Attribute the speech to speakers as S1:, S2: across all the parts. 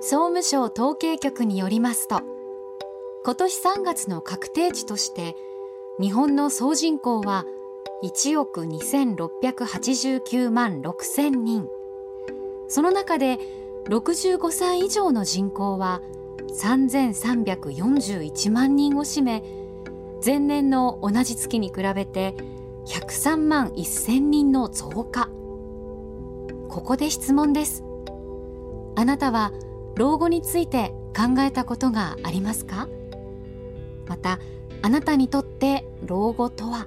S1: 総務省統計局によりますと今年3月の確定値として日本の総人口は1億2689万6000人その中で65歳以上の人口は3341万人を占め前年の同じ月に比べて103万1000人の増加ここで質問ですあなたは老後について考えたことがありますかまたあなたにとって老後とは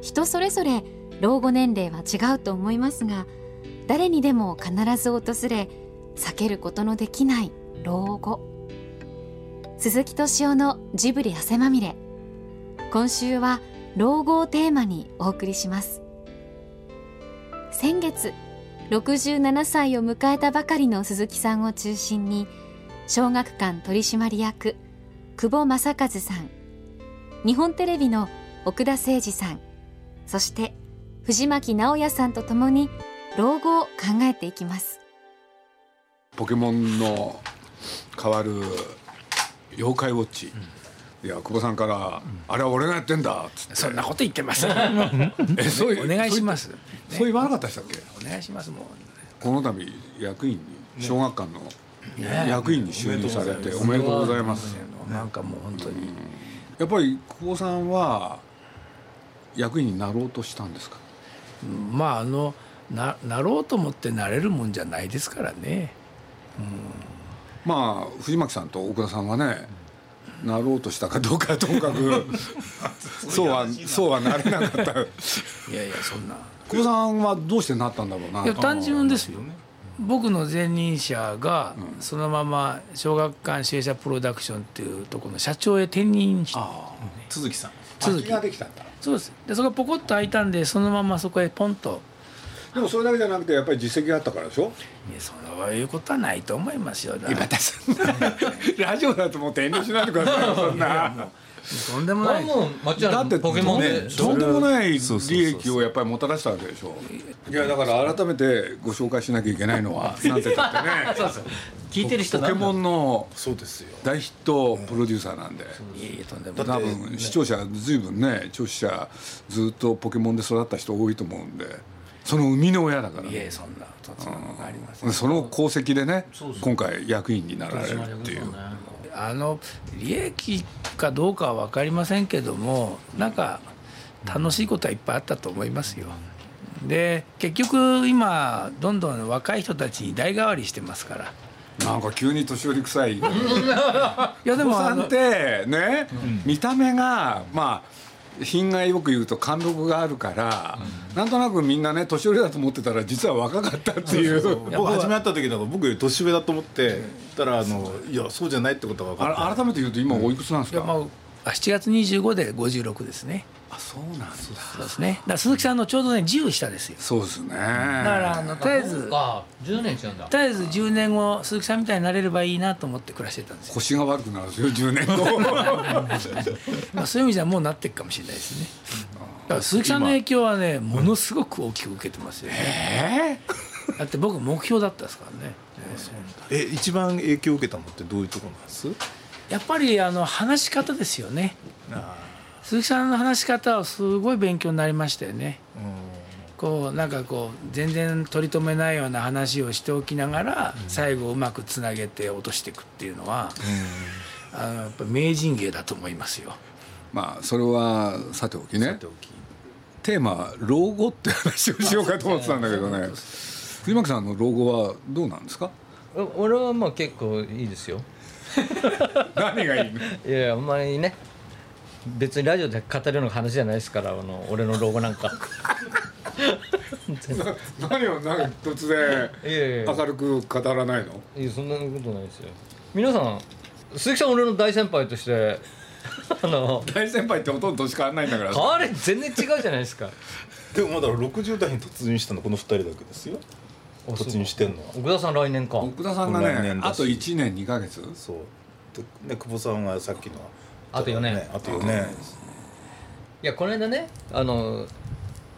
S1: 人それぞれ老後年齢は違うと思いますが誰にでも必ず訪れ避けることのできない老後鈴木敏夫のジブリ汗まみれ今週は老後をテーマにお送りします先月67歳を迎えたばかりの鈴木さんを中心に小学館取締役久保正和さん日本テレビの奥田誠二さんそして藤巻直也さんとともに老後を考えていきます
S2: ポケモンの変わる妖怪ウォッチ、いや久保さんから、あれは俺がやってんだ」っつって
S3: そんなこと言ってます。
S2: えそう
S3: お願いします。ね
S2: そう言わなかったでしたっけ
S3: お願いしますも
S2: この度役員に小学館の役員に就任されておめでとうございます
S3: う。なんかもう本当に。
S2: やっぱり久保さんは役員になろうとしたんですか
S3: まああのななろうと思ってなれるもんじゃないですからね。
S2: まあ藤巻さんと奥田さんはね、なろうとしたかどうかはともか くそうはそうはなれなか った
S3: いやいやそんな。
S2: 久保さんはどうしてなったんだろうない
S3: や単純ですよ。僕の前任者がそのまま小学館支援者プロダクションっていうところの社長へ転任し
S4: 鈴木さん
S3: 続
S2: 空き
S3: き
S2: ができたんだ
S3: そうですでそこがポコッと開いたんでそのままそこへポンと
S2: でもそれだけじゃなくてやっぱり実績があったからでしょ
S3: いやそういうことはないと思いますよだか ら
S2: ラジオだともう遠慮しないでくださいよそん な
S3: とんでもないです
S4: もう町
S2: だ
S4: 原
S2: って
S4: のポケモンで
S2: とんでもない利益をやっぱりもたらしたわけでしょいやだから改めてご紹介しなきゃいけないのは なんて言ったって ね
S4: 聞いてる人
S2: ポケモンの
S5: そうですよ
S2: 大ヒットプロデューサーなんで
S3: いやいやとんでもない
S2: 多分視聴者ずいぶんね聴取者ずっとポケモンで育った人多いと思うんでその生みの親だから
S3: いえそんなそんなのあります
S2: その功績でね今回役員になられるっていう
S3: あの利益かどうかは分かりませんけどもなんか楽しいことはいっぱいあったと思いますよで結局今どんどん若い人たちに代替わりしてますから
S2: なんか急に年寄り臭 い
S3: いやで
S2: お子
S3: も
S2: さ
S3: あ
S2: んっ
S3: の
S2: てね、見た目がまあ品がよく言うと貫禄があるから、なんとなくみんなね年寄りだと思ってたら実は若かったっていう
S5: 僕初め会った時なんか僕より年上だと思ってたらあのいやそうじゃないってことが分かった
S2: あ改めて言うと今おいくつなんです
S3: いや
S2: か、
S3: まあ7月25で56ですね
S2: あ、そうなんだ
S3: そうですねだから鈴木さんのちょうどね10下ですよ
S2: そうですねだ
S3: だからあのとりあえず
S4: あ10年違うんだ
S3: とりあえず10年後鈴木さんみたいになれればいいなと思って暮らしてたん ですよ、
S2: 腰が悪くなるんですよ10年 後
S3: まあ、そういう意味じゃもうなってるかもしれないですねだから鈴木さんの影響はねものすごく大きく受けてますよね
S2: え
S3: だって僕目標だったですからね
S5: え一番影響を受けたのってどういうところなんです
S3: やっぱりあの話し方ですよね鈴木さんの話し方はすごい勉強になりましたよねこうなんかこう全然取り留めないような話をしておきながら最後うまくつなげて落としていくっていうのはあのやっぱ名人芸だと思いますよ。
S2: まあそれはさておきねテーマは老後って話をしようかと思ってたんだけどね藤巻さんの老後はどうなんですか
S4: 俺はまあ結構いいですよ
S2: 何がいいの
S4: いやいやあんまりね別にラジオで語るような話じゃないですからあの俺の老後なんか
S2: 何をなんか突然
S4: いやいやいや
S2: 明るく語らないの
S4: いやそんなことないですよ皆さん鈴木さん俺の大先輩としてあの
S2: 大先輩ってほとんど年変わんないんだから
S4: あれ全然違うじゃないですか
S5: でもまだ60代に突入したのこの2人だけですよ
S4: あそう
S5: 突入してんのは
S4: 奥田さん来年か
S2: 奥田さんが
S5: 来
S2: ね
S5: 年だし
S2: あと1年2か月
S5: そうでで久保さんはさっきの
S4: あと四年
S5: あと4年
S4: いやこの間ねあの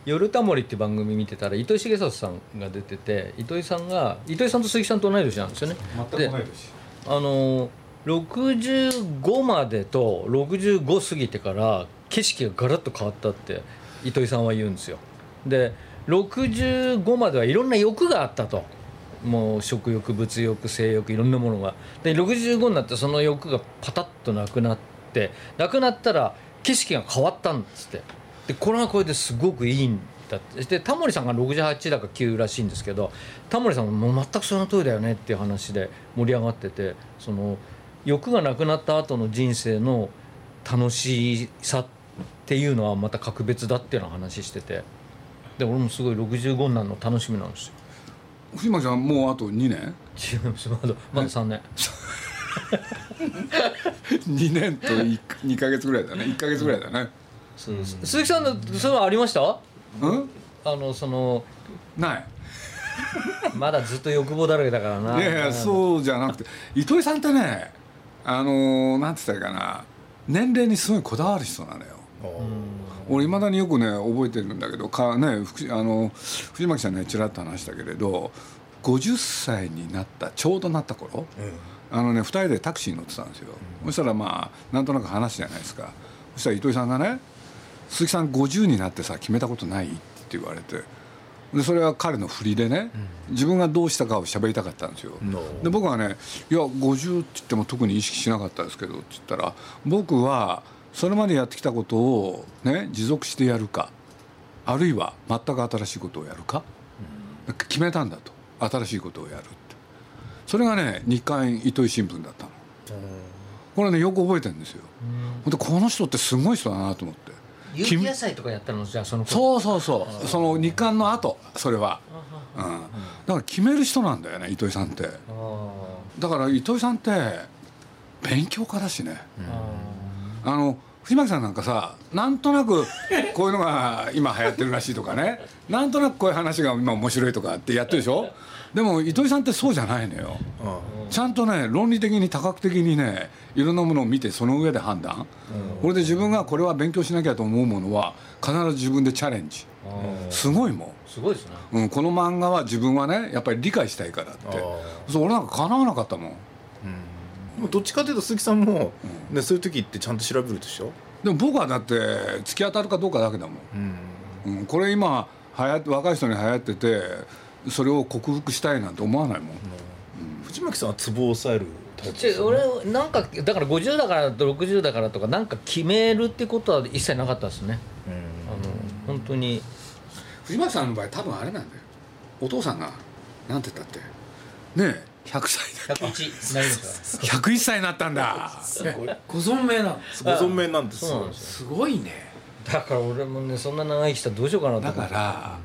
S4: 夜タモリ」って番組見てたら糸井重里さんが出てて糸井さんが糸井さんと鈴木さんと同い年なんですよね。であの65までと65過ぎてから景色がガラッと変わったって糸井さんは言うんですよ。で65まではいろんな欲があったともう食欲物欲性欲いろんなものがで65になってその欲がパタッとなくなってなくなったら景色が変わったんですってでこれはこれですごくいいんだってでタモリさんが68だか9らしいんですけどタモリさんももう全くその通りだよねっていう話で盛り上がっててその欲がなくなった後の人生の楽しさっていうのはまた格別だっていうのを話しててで俺もすごい65になるの楽しみなんですよ。
S2: 藤巻さんもうあと2年
S4: 違いますまだまだ3年
S2: 2年と2か月ぐらいだね1か月ぐらいだね
S4: そうです鈴木さんのそういうのありました
S2: うん
S4: あのその
S2: ない
S4: まだずっと欲望だらけだからない
S2: やいやそうじゃなくて糸井さんってねあのーなんて言ったらいいかな年齢にすごいこだわる人なのよ俺いまだによくね覚えてるんだけどか、ね、福あの藤巻さんにはちらっと話したけれど50歳になったちょうどなった頃、あのね2人でタクシーに乗ってたんですよ、そしたらまあなんとなく話じゃないですかそしたら糸井さんがね「鈴木さん50になってさ決めたことない?」って言われて。でそれは彼の振りでね、自分がどうしたかを喋りたかったんですよ、で僕はね「いや50って言っても特に意識しなかったですけど」って言ったら僕はそれまでやってきたことを、ね、持続してやるかあるいは全く新しいことをやるか、決めたんだと新しいことをやるってそれがね日刊糸井新聞だったのこれねよく覚えてるんですよ、ほん、でこの人ってすごい人だなと思って。
S4: 有機野菜とかやったのじゃあその頃
S2: そうそうそうその二冠の後それは、うん、だから決める人なんだよね糸井さんって
S4: あー
S2: だから糸井さんって勉強家だしね、あの藤巻さんなんかさなんとなくこういうのが今流行ってるらしいとかねなんとなくこういう話が今面白いとかってやってるでしょでも糸井さんってそうじゃないのよちゃんとね論理的に多角的にねいろんなものを見てその上で判断これで自分がこれは勉強しなきゃと思うものは必ず自分でチャレンジ
S4: あー
S2: すごいもん
S4: すごいですね
S2: うん、この漫画は自分はねやっぱり理解したいからってそう俺なんか叶わなかったもん
S5: でもどっちかというと鈴木さんも、ね、そういう時ってちゃんと調べるでしょ、
S2: でも僕はだって突き当たるかどうかだけだもん、
S5: うん、
S2: うん、これ今流行って若い人に流行っててそれを克服したいなんて思わないもん、
S5: 藤巻さんはツボを抑えるタイプ
S4: ちょ俺なんかだから50だからと60だからとかなんか決めるってことは一切なかったですねあの本当に
S2: 藤巻さんの場合多分あれなんだよお父さんがなんて言ったってねえ100歳だ
S4: 101になりますか
S2: 101歳になったんだ
S3: ご存命なの
S5: ご存命なんです
S4: そうなん
S5: よ
S4: です
S3: す
S4: よ
S3: ごいね
S4: だから俺もねそんな長生きしたらどうしようかなと
S2: だ
S4: 思
S2: か
S4: って
S2: ら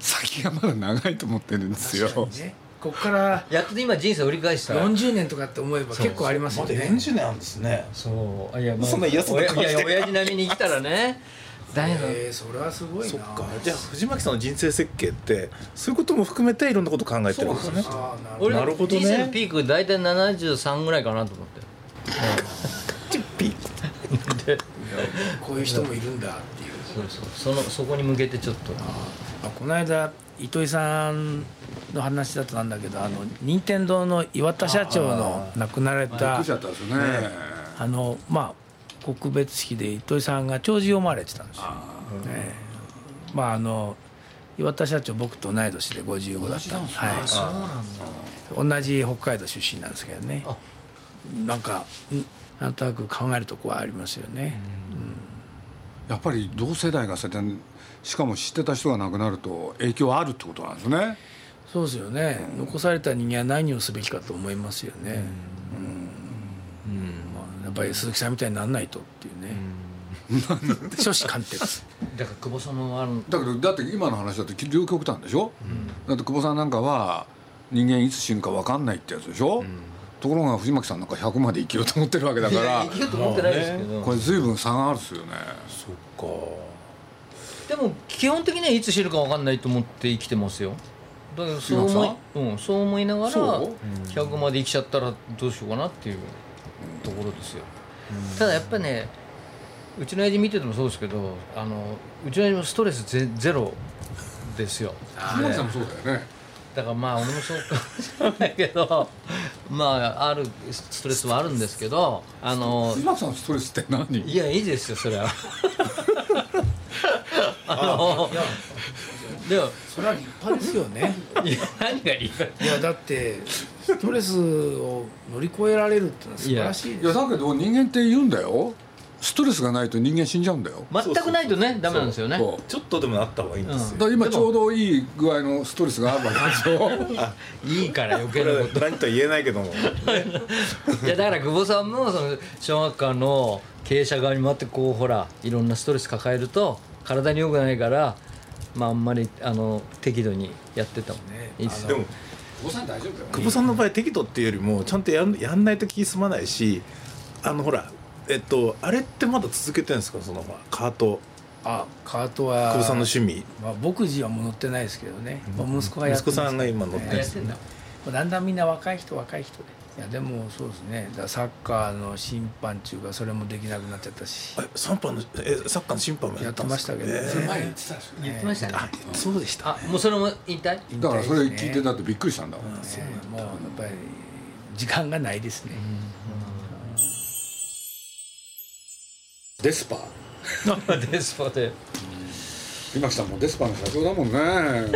S2: 先がまだ長いと思ってるんですよ
S3: ねここから
S4: やっと今人生折り返した
S3: 40年とかって思えば結構ありますよね
S5: 年あるんですね
S4: そうあいやまあ
S5: そんな嫌そうな顔して
S4: いやいや親父並みに生きたら ねだけど
S3: えーそれはすごいな
S5: そっかじゃあ藤巻さんの人生設計ってそういうことも含めていろんなこと考えてるんですね
S3: あーなるほど
S4: 俺
S5: なるほどね
S4: 人生のピーク大体73ぐらいかなと思って
S5: ピッ
S3: こういう人もいるんだっていう
S4: そうそうそのそこに向けてちょっと
S3: あこの間糸井さんの話だとなんだけどあの任天堂の岩田社長の亡くなられ
S2: びっく
S3: た
S2: りしちゃったんですよね
S3: あのまあ告別式で糸井さんが弔辞を読まれてたんですよ。ええまああの岩田社長僕と同い年で55だったんです、はい、
S4: そうなんだ
S3: 同じ北海道出身なんですけどねなんかうんなんとなく考えるとこはありますよね、
S2: やっぱり同世代がそうやってしかも知ってた人が亡くなると影響あるってことなんですね
S3: そうですよね、残された人間は何をすべきかと思いますよねうん、まあやっぱり鈴木さんみたいにならないとっていうね、 初志貫徹
S4: だから久保さんもあの
S2: だけどだって今の話だって両極端でしょ、だって久保さんなんかは人間いつ死ぬか分かんないってやつでしょ、ところが藤巻さんなんか100まで生きようと思ってるわけだか
S4: いや
S2: ら
S4: 生きようと思ってないですけど、
S2: これ随分差があるっすよね
S5: そ
S4: で
S5: っか
S4: も基本的にはいつ死ぬかわかんないと思って生きてますよだからそう
S2: 杉
S4: 思
S2: 本
S4: い、うん、そう思いながら
S2: そう
S4: 100まで生きちゃったらどうしようかなっていうところですよ、ただやっぱねうちの親父見ててもそうですけどあのうちの親父もストレスゼゼロですよ
S2: 森さんもそうだよね
S4: だからまあ俺もそうかもしれないけど まああるストレスはあるんですけどあの
S2: 藤巻さんのストレスって何
S4: いやいいですよそれは あのでも
S3: それは立派ですよね
S4: いや何がいいか
S3: いやだってストレスを乗り越えられるってのは素晴らしい
S2: いやだけど人間って言うんだよストレスがないと人間死んじゃうんだよ
S4: 全くないとねダメなんですよね
S2: そう
S5: ちょっとでもあった方がいいんです
S2: だ
S5: よ、
S2: から今ちょうどいい具合のストレスがあるわけでしょ
S4: いいから余計なこ
S5: これ何とは言えないけども
S4: といやだから久保さんもその小学館の経営者側に回ってこうほらいろんなストレス抱えると体に良くないからまああんまりあの適度にやってたもんねいいですよ
S5: でも
S2: お子さん大丈夫だよ
S5: 久保さんの場合適度っていうよりもちゃんとやんやんないと気済まないしあのほらえっとあれってまだ続けてるんですかそのほらカート
S3: あカートは
S5: 久保さんの趣味
S3: まあ、僕自身はもう乗ってないですけどね、まあ息子がやって
S5: 息子
S3: ます
S5: さんが今乗ってるん
S4: や
S5: で
S4: っ
S5: す
S4: てんだ
S3: まあだんだんみんな若い人若い人でいやでもそうですねだからサッカーの審判中がそれもできなくなっちゃったし
S5: えサッカーのえサッカーの審判もや
S3: や
S5: っ
S3: ったて
S5: んで
S3: ますし
S5: か
S3: たけどね、
S5: え
S2: 前言ってたでしょ
S4: 言ってましたね
S5: あそうでした
S4: あもうそれも引退
S2: だからそれ聞いてだってびっくりしたんだもん
S3: ねもうやっぱり時間がないですね、
S2: デスパ
S4: デスパで
S2: 今木さんもデスパの社長だもんね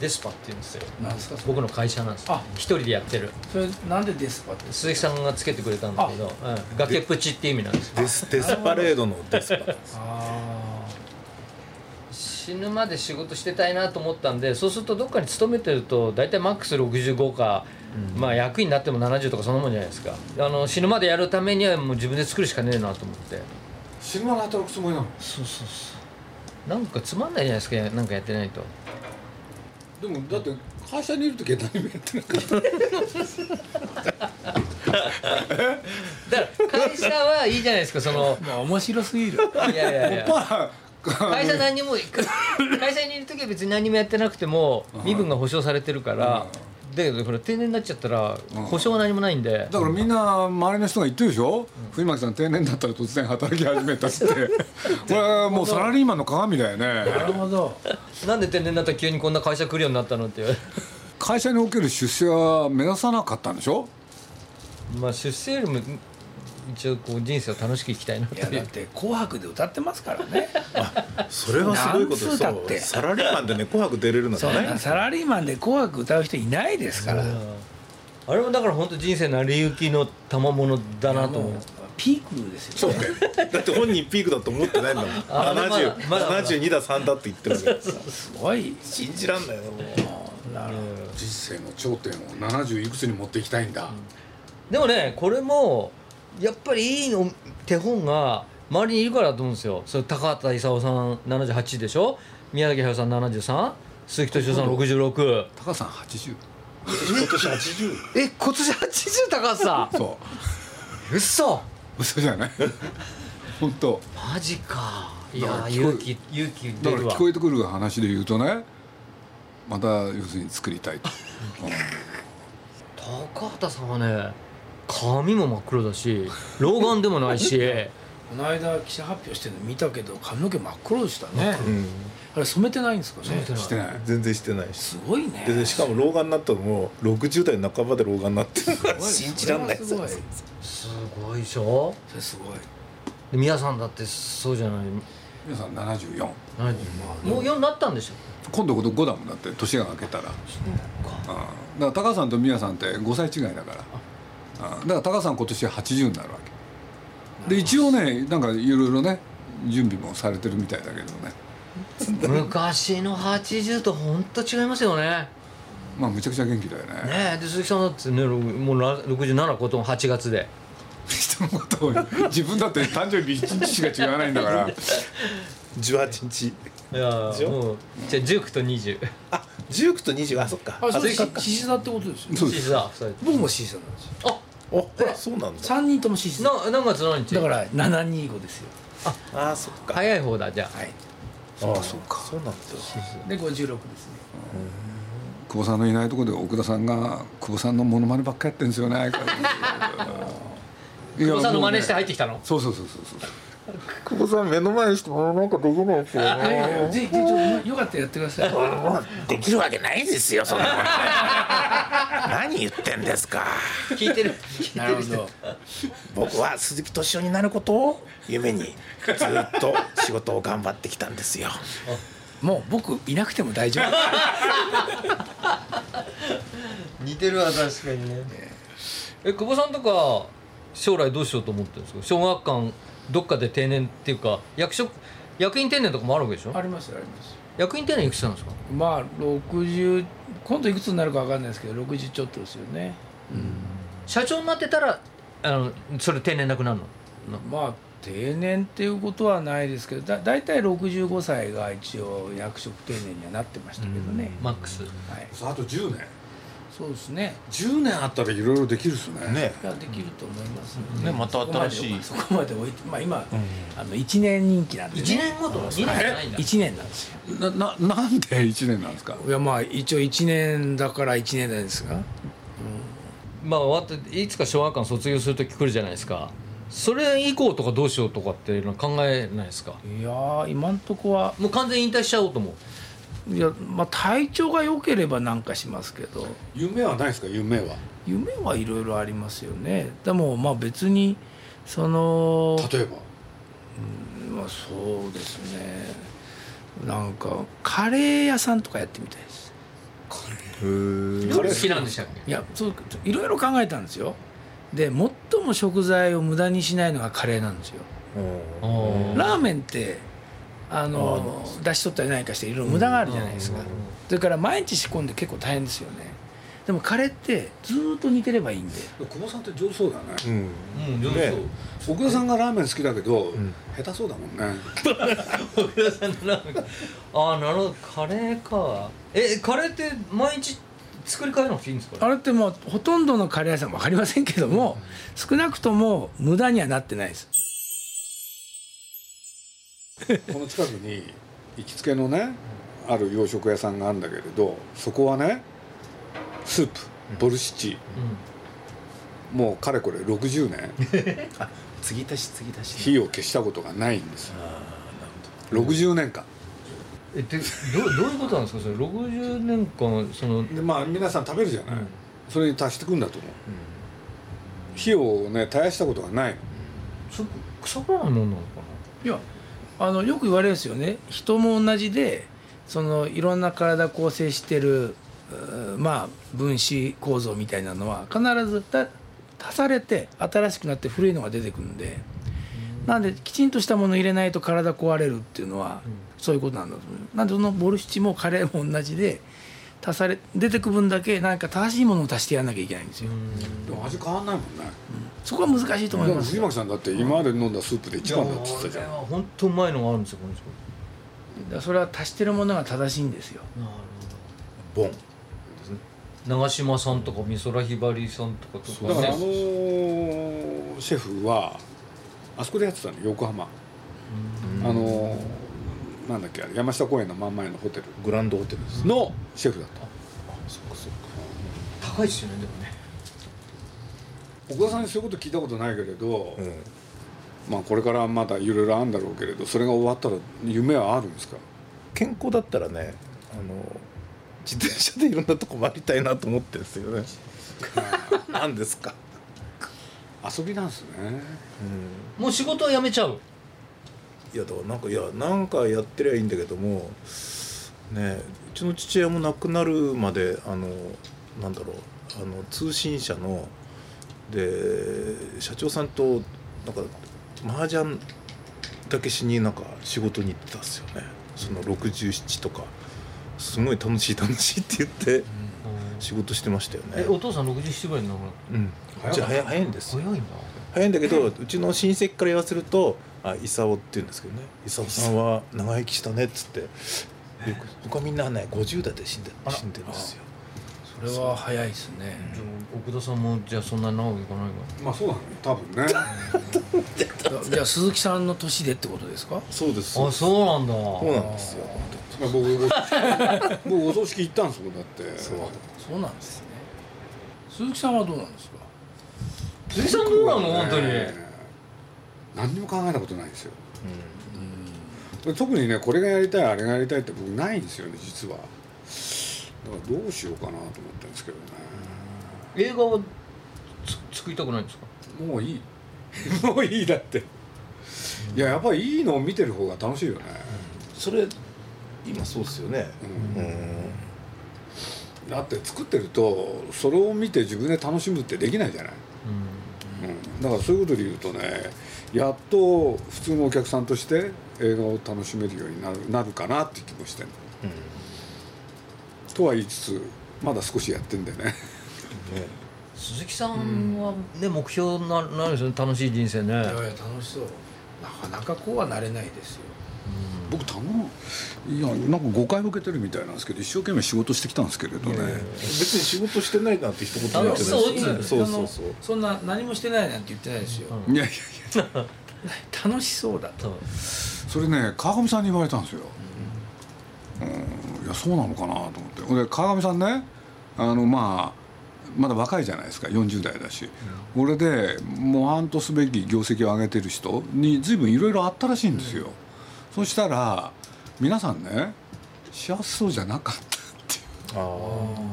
S4: デスパって言うんですよ
S3: なんですかそれ
S4: 僕の会社なんですよ
S3: あ
S4: 一人でやってる
S3: それなんでですかって
S4: 鈴木さんがつけてくれたんだけど、うん、崖っぷちって意味なんですよ
S5: デスデスパレードのデスパ
S3: あ
S4: 死ぬまで仕事してたいなと思ったんでそうするとどっかに勤めてると大体マックス65か、まあ役員になっても70とかそんなもんじゃないですかあの死ぬまでやるためにはもう自分で作るしかねえなと思って
S2: 死ぬまで働くつもりなの
S4: そうそうそうなんかつまんないじゃないですかやなんかやってないと
S2: でもだって会社にいる時は何もやってなかった
S4: だから会社はいいじゃないですかその
S3: あまあ面白すぎる
S4: いやいやいや
S2: あ
S4: 会社何にも会社にいる時は別に何もやってなくても身分が保証されてるからだけどほら定年になっちゃったら保証は何もないんで
S2: だからみんな周りの人が言ってるでしょ、藤巻さん定年だったら突然働き始めたって これはもうサラリーマンの鏡だよ
S3: な
S2: ね
S3: るほど
S4: なんで定年になったら急にこんな会社来るようになったのって言われて
S2: 会社における出世は目指さなかったんでしょ
S4: まあ出世よりも一応こう人生を楽しく生きたいなって
S3: いや
S4: い
S3: だっ
S4: う
S3: て「紅白」で歌ってますから ね
S5: それはすごいこと
S3: 何数だっ
S5: で
S3: て
S5: すサラリーマンでね「紅白」出れるの
S3: そ
S5: が
S3: んな
S5: ね
S3: サラリーマンで「紅白」歌う人いないですから
S4: あれもだから本当人生成り行きの賜物だなと思う
S3: ピークですよ、ね、
S5: だって本人ピークだと思ってないんだもん
S4: あまだまだ
S5: 70 72だ3だって言ってるわけだから
S3: すごい
S5: 信じらんないよもう
S3: なるほ
S2: 人生の頂点を70いくつに持っていきたいんだ、
S4: でもねこれもやっぱりいいの手本が周りにいるからだと思うんですよそれ高畑勲さん78でしょ宮崎駿さん73鈴木敏夫さん66
S2: 高さん80
S5: 今年80
S4: え今年80高畑さ
S2: そ
S4: ん嘘
S2: う嘘じゃ ない本当
S4: マジかい
S2: だか
S4: や
S2: ら
S4: ー
S2: 聞こえ
S4: 勇気勇気
S2: だか
S4: 出
S2: ら
S4: るわ
S2: 聞こえてくる話で言うとねまた要するに作りたいと、
S4: 高畑さんはね髪も真っ黒だし老眼でもない し
S3: この間記者発表してるの見たけど髪の毛真っ黒でしたね、あれ染めてないんですかね
S2: うんしてない
S5: 全然してないし
S3: すごいね
S5: でしかも老眼になったのも60代半ばで老眼になってるから信じらんない
S3: それはすごい
S4: すごいでしょ
S3: それすごい
S4: で皆さんだってそうじゃない
S2: 皆さん74
S4: 何もう4になったんでしょ
S2: 今度こそ5だもんだって年が明けたら
S4: そうか
S2: ああだから高さんと宮さんって5歳違いだからああだから高さん今年80になるわけで一応ねなんかいろいろね準備もされてるみたいだけどね
S4: 昔の80とほんと違いますよね
S2: まあむちゃくちゃ元気だよね
S4: ねえで鈴木さんだってねろくもうら67ことも8月で
S2: 人のことを 自分だって誕生日1日しか違わないんだから
S5: 18日
S4: いやー
S5: でしょ
S4: もうじゃあ19と20
S5: あ19と20あそっか
S3: あそうで
S5: そっ
S3: す
S5: か
S3: 獅子座ってことですよ
S2: そうで
S4: 獅
S2: す
S4: 子座2人
S3: 僕も獅子座なんですよ
S4: あ
S5: おほらそうなんだ
S3: 三人とも獅子座
S4: な何月何日
S3: だから725ですよ
S5: あそっか
S4: 早い方だじゃあ
S3: はい
S5: あそっかそうなんだ
S3: で56ですね
S2: 久保さんのいないところで奥田さんが久保さんのモノマネばっかやってるんですよねいや
S4: 久保さんの真似して入ってきたの
S2: そうそうそうそうそう
S5: 久保さん目の前にしてもなんかできないですよ
S3: いやいやぜひちょっとよかったらやってください
S5: できるわけないですよそんなもん何言ってんですか
S4: 聞いてる
S3: なるほど
S5: 僕は鈴木敏夫になることを夢にずっと仕事を頑張ってきたんですよ
S3: もう僕いなくても大丈夫
S4: 似てるわ確かにねえ久保さんとか将来どうしようと思ってるんですか小学館どっかで定年っていうか役職役員定年とかもあるわけでしょ
S3: ありますあります
S4: 役員定年いくつなんですか
S3: まあ60今度いくつになるかわかんないですけど60ちょっとですよね
S4: 社長になってたらあのそれ定年なくなるの
S3: まあ定年っていうことはないですけどだ大体65歳が一応役職定年にはなってましたけどね、
S4: マックス
S3: はい、
S2: そうあと10年
S3: そうですね
S2: 10年あったらいろいろできるっすね
S5: ね
S3: いやできると思いますので
S5: ねまた新しい
S3: そこまで 置いてまあ今、あの1年任期なんで、ね、
S4: 1年ごと2年じゃないんだ
S3: 1年なんです
S2: な
S3: よ
S2: な なんで1年なんですか
S3: いやまあ一応1年だから1年なんですが
S4: まあ終わっていつか小学館卒業する時来るじゃないですかそれ以降とかどうしようとかっていうのは考えないですか
S3: いやー今んとこは
S4: もう完全に引退しちゃおうと思う
S3: いやまあ体調が良ければなんかしますけど
S2: 夢はないですか夢は
S3: 夢はいろいろありますよねでもまあ別にその
S2: 例えば
S3: まあそうですねなんかカレー屋さんとかやってみたいです
S4: 好きなんでしたっ
S3: いやそういろいろ考えたんですよで最も食材を無駄にしないのがカレーなんですよ
S4: けお
S3: ラーメンってあの出し取ったり何かしていろいろ無駄があるじゃないですかそれから毎日仕込んで結構大変ですよねでもカレーってずーっと煮てればいいんで
S2: 久保さんって上手そうだね
S5: うん
S4: うん上手そう
S5: ね
S2: 奥田さんがラーメン好きだけど、下手そうだもんね
S4: ああなるほどカレーかえカレーって毎日作り変えなくていいんですか
S3: あれってもうほとんどのカレー屋さん分かりませんけども少なくとも無駄にはなってないです
S2: この近くに行きつけのねある洋食屋さんがあるんだけれどそこはねスープボルシチもうかれこれ60年
S5: 継ぎ足し継ぎ足し
S2: 火を消したことがないんですよ60年間
S4: えでどうどういうことなんですかそれ60年間その
S2: でまあ皆さん食べるじゃない、それに足してくんだと思う、火をね絶やしたことがない
S4: そ腐らないもんなのかない
S3: やあのよく言われるんですよね人も同じでそのいろんな体構成してるうーまあ分子構造みたいなのは必ずた足されて新しくなって古いのが出てくるんでなんできちんとしたもの入れないと体壊れるっていうのはそういうことなんだと思うなんでそのボルシチもカレーも同じで足され出てく分だけなんか正しいものを足してやんなきゃいけないんですよ
S2: でも味変わんないもんね
S3: そこは難しいと思
S2: で
S3: い
S2: も
S3: ます
S2: 藤
S3: よ
S2: 巻さんだって今まで飲んだスープで一番だって言ってた
S4: これ
S2: じゃん
S4: は本当うまいのがあるんですよこの人
S3: だからそれは足してるものが正しいんですよ
S4: なる
S5: ボン
S4: ほど長嶋さんとか美空ひばりさんとかと
S2: だ
S4: か
S2: からあの
S4: ね
S2: ーシェフはあそこでやってたの横浜あのーなんだっけあれ山下公園の真ん前のホテル
S5: グランドホテルです
S2: のシェフだった
S4: 高いですよねでもね
S2: 奥田さんにそういうこと聞いたことないけれど、
S5: うん
S2: まあこれからまだいろいろあるんだろうけれどそれが終わったら夢はあるんですか
S5: 健康だったらねあの自転車でいろんなとこ回りたいなと思ってるんですよね 何ですか、
S2: 遊びなんですね
S5: うん、
S4: もう仕事は辞めちゃう
S5: いやだからなんかいやなんかやってりゃいいんだけどもねうちの父親も亡くなるまであのなんだろうあの通信社ので社長さんとなんか麻雀だけしになんか仕事に行ってたんですよねその67とかすごい楽しい楽しいって言って仕事してましたよ
S4: え
S5: ね
S4: お父さん67ぐらいになるの
S5: うん、じゃあ早早いんです
S4: 強
S5: よ
S4: いんだ
S5: 早いんだけどうちの親戚から言わせると「あ伊沢」って言うんですけどね「伊沢さんは長生きしたね」っつってよく他みんなね50代で死んで
S4: あら
S5: 死んでるんですよ
S3: それは早いですね、
S4: じゃあ奥田さんもじゃあそんなに長くいかないか
S2: まあそうだね多分ね
S3: じゃあ鈴木さんの年でってことですか
S5: そうです
S4: らあそうなんだ
S5: そうなんですよ
S2: まあ僕僕お葬式行ったんですもんだって
S5: そう
S3: そうなんですね鈴木さんはどうなんですか
S4: 鈴木さんどうなの本当に
S2: 何にも考えたことないですよ、うん特にねこれがやりたいあれがやりたいって僕ないんですよね実はだからどうしようかなと思ったんですけどね、
S4: 映画はつ作りたくないんですか
S2: もういい もういいだっていややっぱりいいのを見てる方が楽しいよね、
S5: それ今そうですよね
S2: うん
S5: うん
S2: だって作ってるとそれを見て自分で楽しむってできないじゃない、うん、だからそういうことで言うとねやっと普通のお客さんとして映画を楽しめるようになるなるかなって気もしてるとは言いつつまだ少しやってんだよね
S5: ね
S4: 鈴木さんはね目標ななんですよね楽しい人生ね
S3: いやいや楽しそうなかなかこうはなれないですよ
S2: 僕頼むいやなんか誤解を受けてるみたいなんですけど一生懸命仕事してきたんですけれどね、
S5: 別に仕事してないなんて一言も言っ
S4: 楽
S5: て
S4: し
S5: ない
S4: そうっつう
S5: そ
S4: の
S5: うそう
S3: あのそ
S5: そうそう
S3: んな何もしてないなんて言ってないですよ、
S4: うん
S2: いやいやいや
S3: 楽しそうだと
S4: そ
S2: そ
S4: う
S2: れね川上さんに言われたんですよ、うん、いやそうなのかなと思ってほんで川上さんねあのまあまだ若いじゃないですか40代だし、これで模範とすべき業績を上げてる人に随分いろいろあったらしいんですよ、そしたら皆さんね幸せそうじゃなかったっていう
S5: あ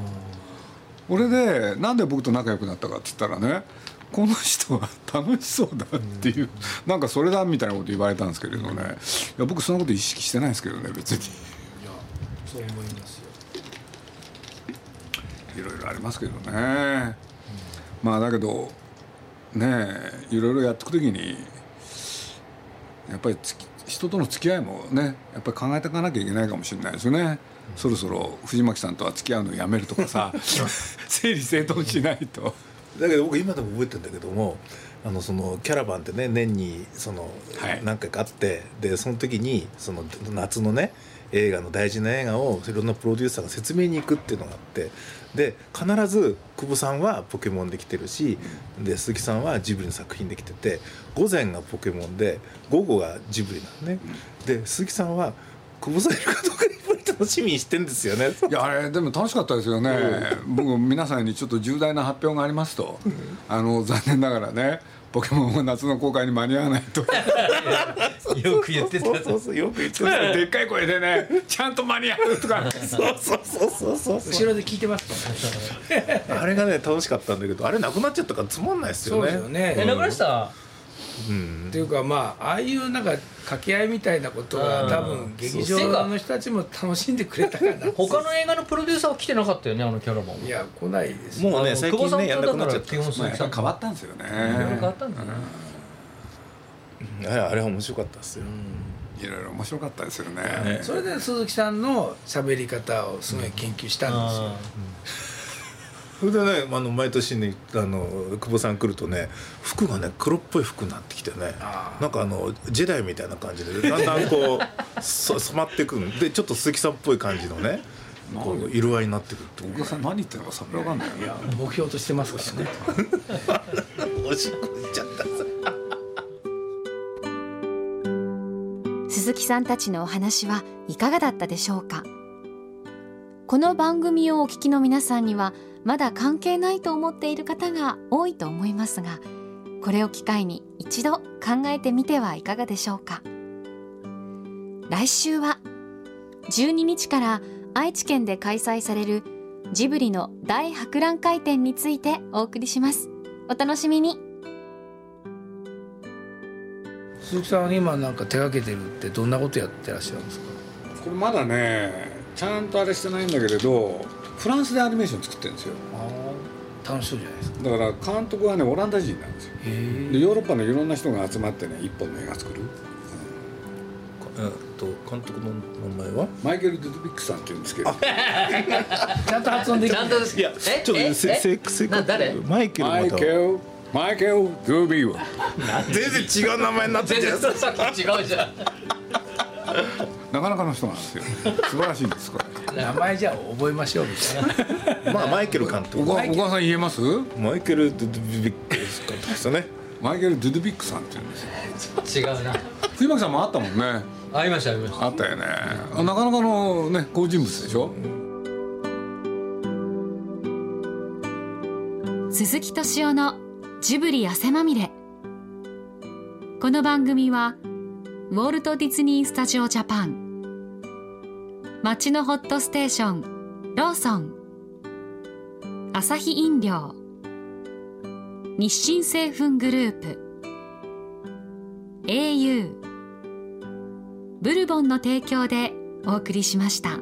S2: 俺でなんで僕と仲良くなったかって言ったらねこの人は楽しそうだっていう、なんかそれだみたいなこと言われたんですけれどね、いや僕そんなこと意識してないですけどね別に
S3: そう思いますよ
S2: いろいろありますけどね、まあだけどねえいろいろやっていく時にやっぱりつき人との付き合いもねやっぱり考えていかなきゃいけないかもしれないですよね、そろそろ藤巻さんとは付き合うのやめるとかさ整理整頓しないと。
S5: だけど僕今でも覚えてるんだけどもあのそのキャラバンってね年にその
S2: はい
S5: 何回かあって、でその時にその夏のね映画の大事な映画をいろんなプロデューサーが説明に行くっていうのがあってで必ず久保さんは「ポケモン」で来てるしで鈴木さんはジブリの作品で来てて午前が「ポケモン」で午後がジブリなのね。で鈴木さんは久保さんいるかどうかやっぱり楽しみにしてんですよね。
S2: いやあれでも楽しかったですよね、僕皆さんにちょっと重大な発表がありますと、あの残念ながらねポケモンは夏の公開に間に合わない と
S4: よく言ってた
S5: そうそうそうよく言ってた。
S2: でっかい声でねちゃんと間に合うとか
S5: そうそうそうそうそうそう。
S3: 後ろで聞いてますからね
S5: あれがね楽しかったんだけどあれなくなっちゃったからつまんないです
S3: そ
S5: よ
S3: うで
S5: ね。
S3: すよね
S4: えなくなりました
S5: うん
S3: っていうかまあああいうなんか掛け合いみたいなことが
S4: うん
S3: 多分劇場の人たちも楽しんでくれたかな
S4: 他の映画のプロデューサーは来てなかったよねあのキャラバン
S3: いや来ないです
S5: もう
S4: あ
S5: ね
S4: の
S5: 最
S4: 久保さ
S5: 近
S4: ん
S5: ねやんなくなっちゃっ
S4: 基本
S2: まあ
S4: 鈴
S2: や
S4: 木
S2: っ
S4: さ
S2: ぱ
S4: ん
S2: り変わったんですよね
S4: 変わったんだね
S5: た。あれあれ面白かったですよ。
S2: いろいろ面白かったですよね
S3: それで鈴木さんの喋り方をすごい研究したんですよ、
S4: あ
S5: それでねあの毎年ねあの久保さん来るとね服がね黒っぽい服になってきてね
S3: あー
S5: なんかあのジェダイみたいな感じでだんだんこう そ染まってくるでちょっと鈴木さんっぽい感じのねこう色合いになってくるっていう
S2: お客さん何言ってるのかさっぱりわかんないよね
S3: いや目標としてますからね
S5: おしっこ出ちゃった
S1: 鈴木さんたちのお話はいかがだったでしょうかこの番組をお聞きの皆さんにはまだ関係ないと思っている方が多いと思いますがこれを機会に一度考えてみてはいかがでしょうか来週は12日から愛知県で開催されるジブリの大博覧会展についてお送りしますお楽しみに
S3: 鈴木さんは今なんか手掛けてるってどんなことやってらっしゃるんですか
S2: これまだねちゃんとあれしてないんだけれどフランスでアニメーション作ってるんですよ
S3: 楽しそうじゃないですか
S2: だから監督はねオランダ人なんですよでヨーロッパのいろんな人が集まってね一本の映画作る
S5: えっと監督の名前は
S2: マイケル・ドゥドゥビックさんって言うんですけど
S3: ちゃんと発音でき
S4: ち
S3: る
S4: ゃんとです
S5: いや
S4: え
S5: ちょっと
S4: え
S5: ねせ
S4: え
S5: せせ
S4: な誰
S5: マイケル
S2: マ
S5: ま
S2: イ
S5: た
S2: ケル、マイケル・ドゥービーは。
S5: 全然違う名前になって
S4: 全
S5: るじゃないで
S4: 然
S5: すか
S4: さっき違うじゃん
S2: なかなかの人なん ですよ。素晴らしいんです、これ。
S3: 名前じゃあ覚えましょうみたいな
S5: まあマイケル監督
S2: お母お母さん言えます
S5: マイケル・ドゥドゥビックス監督ですよね。
S2: マイケル・ドゥドゥビックさんって言うんですよ。
S4: 違うな
S2: 藤巻さんもあったもんね。
S4: ありましたありました
S2: あったよね。あなかなかのね、好人物でしょ。
S1: 鈴木敏夫のジブリ汗まみれこの番組はウォルト・ディズニー・スタジオ・ジャパン街のホットステーションローソンアサヒ飲料日清製粉グループ au ブルボンの提供でお送りしました。